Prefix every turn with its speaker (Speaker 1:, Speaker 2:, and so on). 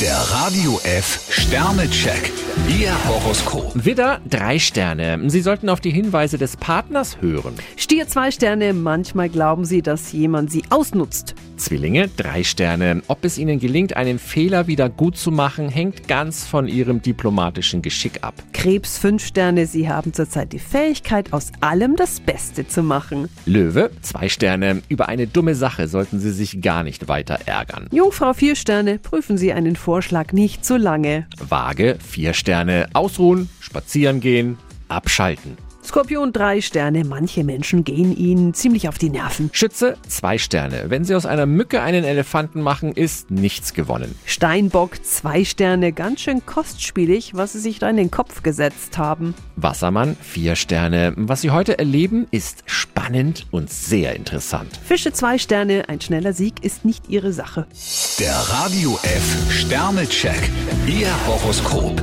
Speaker 1: Der Radio F Sternecheck. Ihr Horoskop.
Speaker 2: Widder, drei Sterne. Sie sollten auf die Hinweise des Partners hören.
Speaker 3: Stier zwei Sterne, manchmal glauben sie, dass jemand sie ausnutzt.
Speaker 2: Zwillinge, drei Sterne. Ob es Ihnen gelingt, einen Fehler wieder gut zu machen, hängt ganz von Ihrem diplomatischen Geschick ab.
Speaker 3: Krebs fünf Sterne, sie haben zurzeit die Fähigkeit, aus allem das Beste zu machen.
Speaker 2: Löwe, zwei Sterne. Über eine dumme Sache sollten Sie sich gar nicht weiter ärgern.
Speaker 3: Jungfrau vier Sterne, prüfen Sie einen Vorschlag nicht zu lange.
Speaker 2: Waage, vier Sterne. Ausruhen, spazieren gehen, abschalten.
Speaker 3: Skorpion drei Sterne, manche Menschen gehen Ihnen ziemlich auf die Nerven.
Speaker 2: Schütze, zwei Sterne. Wenn Sie aus einer Mücke einen Elefanten machen, ist nichts gewonnen.
Speaker 3: Steinbock zwei Sterne, ganz schön kostspielig, was Sie sich da in den Kopf gesetzt haben.
Speaker 2: Wassermann, vier Sterne. Was Sie heute erleben, ist spannend und sehr interessant.
Speaker 3: Fische zwei Sterne, ein schneller Sieg ist nicht Ihre Sache.
Speaker 1: Der Radio F Sternecheck. Ihr Horoskop.